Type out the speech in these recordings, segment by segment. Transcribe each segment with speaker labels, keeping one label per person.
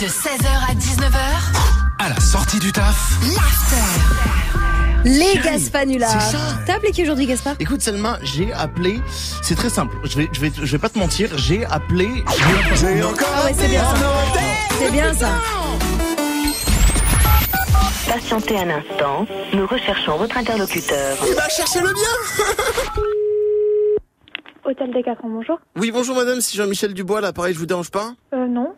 Speaker 1: De 16h à 19h,
Speaker 2: À la sortie du taf,
Speaker 1: l'after.
Speaker 3: Les
Speaker 4: Tiens,
Speaker 3: Gaspanulas.
Speaker 4: c'est ça.
Speaker 3: T'as appelé qui aujourd'hui, Gaspard
Speaker 4: Écoute Selma, j'ai appelé, c'est très simple, je vais, je vais, je vais pas te mentir, j'ai appelé...
Speaker 3: Ah ouais, c'est bien ça. C'est bien ça.
Speaker 5: Patientez un instant, nous recherchons votre interlocuteur.
Speaker 4: Il va chercher le bien
Speaker 6: Hôtel des 4 ans, bonjour.
Speaker 4: Oui bonjour madame, c'est Jean-Michel Dubois là, pareil je vous dérange pas
Speaker 6: Euh, non.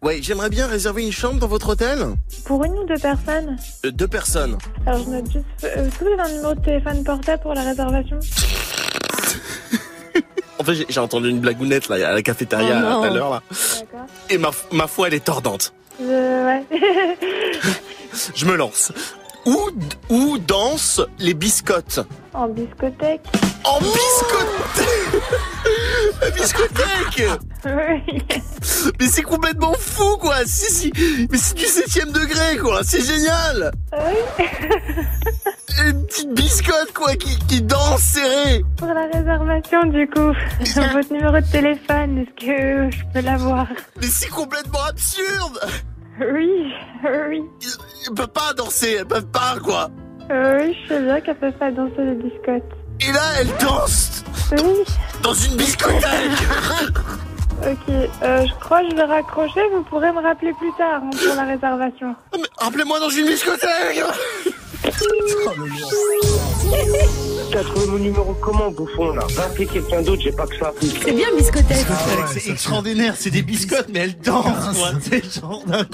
Speaker 4: Ouais, j'aimerais bien réserver une chambre dans votre hôtel
Speaker 6: Pour une ou deux personnes
Speaker 4: Euh, Deux personnes.
Speaker 6: Alors, je note juste. euh, Est-ce que vous avez un numéro de téléphone portable pour la réservation
Speaker 4: En fait j'ai- j'ai entendu une blagounette là, à la
Speaker 3: Oh,
Speaker 4: cafétéria là,
Speaker 3: non.
Speaker 4: tout à l'heure là,
Speaker 6: D'accord.
Speaker 4: et ma, ma foi elle est tordante.
Speaker 6: Euh, ouais.
Speaker 4: Je me lance. Où, où dansent les biscottes
Speaker 6: en discothèque.
Speaker 4: En biscotte Oh La biscothèque
Speaker 6: Oui.
Speaker 4: Mais c'est complètement fou quoi Si si Mais c'est du septième degré quoi C'est génial
Speaker 6: Oui.
Speaker 4: Et Une petite biscotte quoi qui, qui danse serrée
Speaker 6: Pour la réservation, du coup. Votre numéro de téléphone, est-ce que je peux l'avoir
Speaker 4: Mais c'est complètement absurde
Speaker 6: Oui. Oui.
Speaker 4: Elles peuvent pas danser, elles peuvent pas quoi
Speaker 6: Euh, Oui, je sais bien qu'elle peut pas danser les discothèques.
Speaker 4: Et là elles dansent
Speaker 6: Oui.
Speaker 4: dans une biscothèque
Speaker 6: Ok. Euh, je crois que je vais raccrocher. Vous pourrez me rappeler plus tard hein, pour la réservation.
Speaker 4: Ah, mais Rappelez-moi dans une biscothèque
Speaker 7: T'as trouvé mon numéro comment, bouffon, là Va appeler quelqu'un d'autre, j'ai pas que ça.
Speaker 3: C'est bien biscothèque.
Speaker 4: C'est extraordinaire, c'est des biscottes mais elles dansent quoi C'est genre d'un coup